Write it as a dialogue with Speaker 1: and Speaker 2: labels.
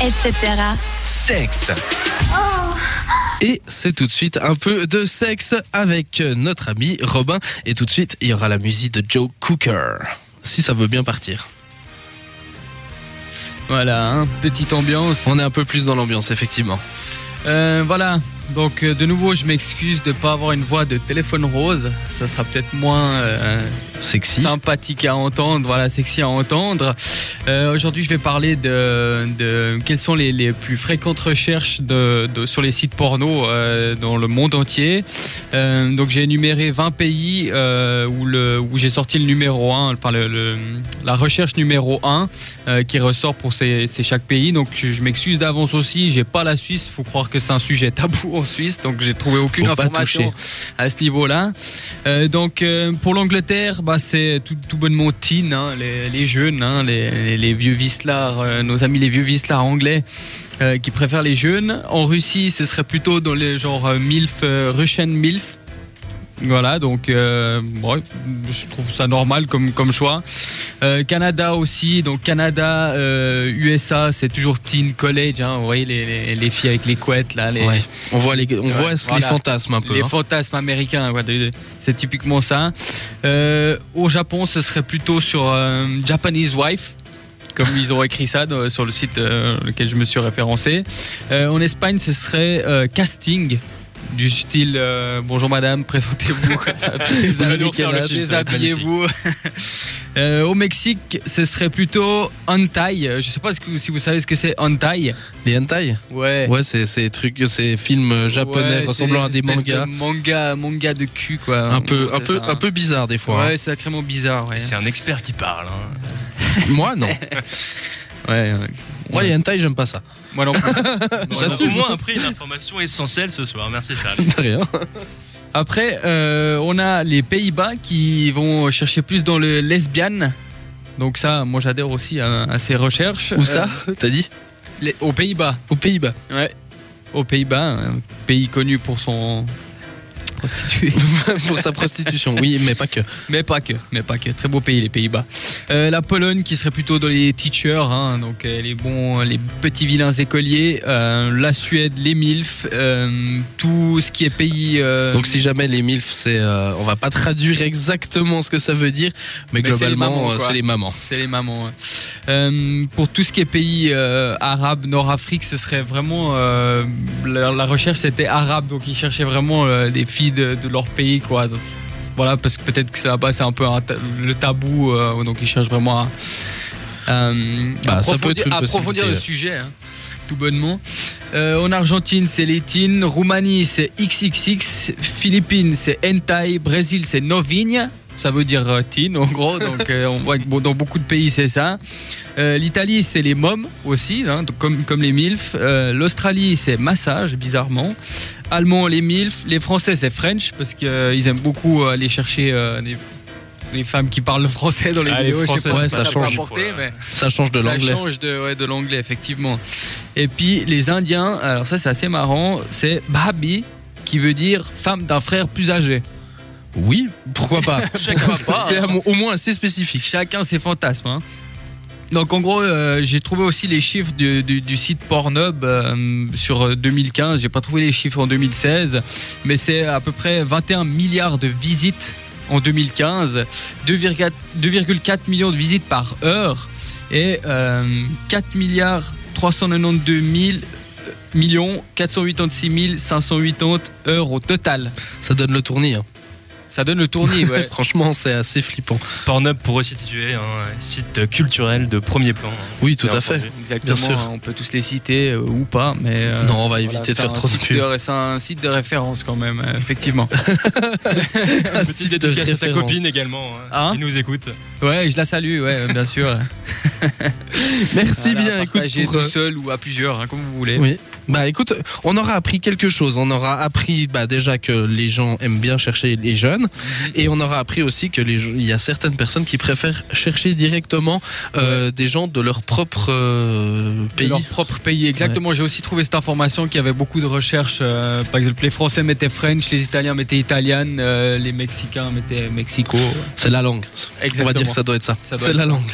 Speaker 1: etc.
Speaker 2: Sexe. Et c'est tout de suite un peu de sexe avec notre ami Robin. Et tout de suite, il y aura la musique de Joe Cooker. Si ça veut bien partir.
Speaker 3: Voilà, hein, petite ambiance.
Speaker 2: On est un peu plus dans l'ambiance, effectivement.
Speaker 3: Euh, voilà, donc euh, de nouveau, je m'excuse de ne pas avoir une voix de téléphone rose. Ça sera peut-être moins euh,
Speaker 2: Sexy.
Speaker 3: sympathique à entendre, voilà, sexy à entendre. Euh, Aujourd'hui, je vais parler de, de quelles sont les, les plus fréquentes recherches de, de- sur les sites porno euh, dans le monde entier. Euh, donc, j'ai énuméré 20 pays euh, où, le- où j'ai sorti le numéro 1, enfin, le- le- la recherche numéro 1 euh, qui ressort pour ces, ces chaque pays. Donc, je, je m'excuse d'avance aussi, j'ai pas la Suisse. Faut croire que c'est un sujet tabou en Suisse, donc j'ai trouvé aucune
Speaker 2: Faut pas
Speaker 3: information
Speaker 2: toucher.
Speaker 3: à ce niveau-là. Euh, donc euh, pour l'Angleterre, bah, c'est tout, tout bonnement teen, hein, les, les jeunes, hein, les, les- les vieux vislards, euh, nos amis les vieux vislards anglais euh, qui préfèrent les jeunes. En Russie, ce serait plutôt dans les genres euh, MILF, euh, Russian MILF. Voilà, donc euh, ouais, je trouve ça normal comme, comme choix. Euh, Canada aussi, donc Canada, euh, USA, c'est toujours teen college, hein, vous voyez les, les, les filles avec les couettes là, les,
Speaker 2: Ouais. On voit les, on
Speaker 3: Ouais,
Speaker 2: voit les
Speaker 3: voilà.
Speaker 2: fantasmes un peu.
Speaker 3: les
Speaker 2: hein.
Speaker 3: fantasmes américains, ouais, de- de- c'est typiquement ça. Euh, au Japon, ce serait plutôt sur euh, Japanese Wife, comme ils ont écrit ça dans- sur le site euh, auquel je me suis référencé. Euh, en Espagne, ce serait euh, casting. Du style euh, bonjour madame, présentez-vous, comme ça,
Speaker 2: allez faire le film, ça va être
Speaker 3: déshabillez-vous. Euh, au Mexique, ce serait plutôt hentai. Je sais pas ce que- si vous savez ce que c'est hentai.
Speaker 2: Les hentai Ouais, c'est ces trucs, ces films japonais
Speaker 3: Ouais,
Speaker 2: ressemblant
Speaker 3: c'est
Speaker 2: à des
Speaker 3: espèces
Speaker 2: mangas.
Speaker 3: De manga, manga de cul, quoi.
Speaker 2: Un peu,
Speaker 3: C'est
Speaker 2: un peu,
Speaker 3: ça,
Speaker 2: un peu bizarre des fois.
Speaker 3: Ouais, c'est sacrément bizarre, ouais.
Speaker 4: C'est un expert qui parle. hein.
Speaker 2: hein. Moi, non.
Speaker 3: Ouais, ouais.
Speaker 2: Moi, les hentai, j'aime pas ça.
Speaker 3: Moi non plus.
Speaker 4: On a au
Speaker 2: J'assume.
Speaker 4: moins appris une information essentielle ce soir. Merci Charles.
Speaker 2: De rien.
Speaker 3: Après, euh, on a les Pays-Bas qui vont chercher plus dans le lesbienne. Donc ça, moi j'adhère aussi à, à ces recherches.
Speaker 2: Où ça
Speaker 3: Euh,
Speaker 2: T'as dit
Speaker 3: les- Aux Pays-Bas.
Speaker 2: Aux Pays-Bas.
Speaker 3: Ouais. Aux Pays-Bas, un pays connu pour son ses prostituées.
Speaker 2: Pour sa prostitution. Oui, mais pas que.
Speaker 3: Mais pas que, mais pas que. Très beau pays, les Pays-Bas. Euh, la Pologne, qui serait plutôt dans les teachers, hein, donc euh, les bons, les petits vilains écoliers. Euh, la Suède, les MILF, euh, tout ce qui est pays. euh,
Speaker 2: Donc si jamais les MILF, c'est, euh, on va pas traduire exactement ce que ça veut dire, mais,
Speaker 3: Mais c'est les mamans,
Speaker 2: globalement, euh,
Speaker 3: quoi.
Speaker 2: c'est les mamans.
Speaker 3: c'est les mamans. ouais. Euh, pour tout ce qui est pays euh, arabe, Nord-Afrique, ce serait vraiment euh, la, la recherche c'était arabe, donc ils cherchaient vraiment euh, des filles de, de leur pays, quoi. Donc, voilà, parce que peut-être que là-bas c'est un peu un ta- le tabou, euh, donc ils cherchent vraiment à, euh,
Speaker 2: Bah, ça peut
Speaker 3: approfondir,
Speaker 2: être une
Speaker 3: approfondir
Speaker 2: possibilité,
Speaker 3: le
Speaker 2: ouais.
Speaker 3: sujet, hein, tout bonnement. Euh, en Argentine, c'est Létine. Roumanie, c'est XXX. Philippines, c'est Hentai. Brésil, c'est Novigne. Ça veut dire euh, teen en gros. Donc, euh, on voit que bon, dans beaucoup de pays, c'est ça. Euh, L'Italie, c'est les moms aussi, hein, donc comme, comme les MILF. Euh, L'Australie, c'est massage, bizarrement. Allemand, les MILF. Les Français, c'est French, parce qu'ils aiment beaucoup euh, aller chercher euh, des, des femmes qui parlent le français dans les
Speaker 4: Ah, les
Speaker 3: vidéos.
Speaker 4: Français,
Speaker 2: ouais,
Speaker 3: si
Speaker 2: ça
Speaker 3: peut
Speaker 2: change.
Speaker 3: apporter, mais-
Speaker 2: Ça change de
Speaker 3: ça
Speaker 2: l'anglais.
Speaker 3: change de, ouais, de l'anglais, effectivement. Et puis les Indiens, alors ça c'est assez marrant, c'est Babi qui veut dire femme d'un frère plus âgé.
Speaker 2: Oui, pourquoi pas
Speaker 4: Chacun part.
Speaker 3: hein.
Speaker 2: C'est un- au moins assez spécifique.
Speaker 3: Chacun ses fantasmes. hein. Donc en gros, euh, j'ai trouvé aussi les chiffres du, du- du site Pornhub euh, sur 2015. J'ai pas trouvé les chiffres en 2016, mais c'est à peu près 21 milliards de visites en 2015, 2,4 2,4 millions de visites par heure et euh, 4 milliards 392 000 euh, millions 486 580 heures au total.
Speaker 2: Ça donne le tournis. hein.
Speaker 3: Ça donne le tournis. ouais.
Speaker 2: Franchement, c'est assez flippant.
Speaker 4: Pornhub pour resituer, un site culturel de premier plan.
Speaker 2: Oui, tout à fait.
Speaker 3: Exactement,
Speaker 2: Bien sûr.
Speaker 3: hein, on peut tous les citer euh, ou pas, mais. euh,
Speaker 2: Non, on va
Speaker 3: voilà,
Speaker 2: éviter de
Speaker 3: c'est
Speaker 2: faire
Speaker 3: un
Speaker 2: trop de
Speaker 3: site de
Speaker 2: pub.
Speaker 3: ré- C'est un site de référence quand même, euh, effectivement.
Speaker 2: Un
Speaker 4: Petite
Speaker 2: Ah, site de
Speaker 4: dédicace à ta
Speaker 2: référence. Ah.
Speaker 4: copine également. hein,
Speaker 3: Hein
Speaker 4: qui nous écoute.
Speaker 3: Ouais, je la salue, ouais, euh, bien sûr.
Speaker 2: Merci
Speaker 3: Voilà,
Speaker 2: bien. Écoute,
Speaker 3: partagez
Speaker 2: pour,
Speaker 3: tout
Speaker 2: euh,
Speaker 3: seul ou à plusieurs, hein, comme vous voulez.
Speaker 2: Oui. Bah écoute, on aura appris quelque chose. On aura appris bah, déjà que les gens aiment bien chercher les jeunes, et on aura appris aussi que les, il y a certaines personnes qui préfèrent chercher directement euh, des gens de leur propre euh,
Speaker 3: De
Speaker 2: pays.
Speaker 3: Leur propre pays, exactement. J'ai aussi trouvé cette information qu'il y avait beaucoup de recherches. euh, par exemple, les Français mettaient French, les Italiens mettaient Italian, euh, les Mexicains mettaient Mexico.
Speaker 2: C'est la langue. On va dire que ça doit être ça.
Speaker 3: Ça doit
Speaker 2: C'est
Speaker 3: être
Speaker 2: la langue.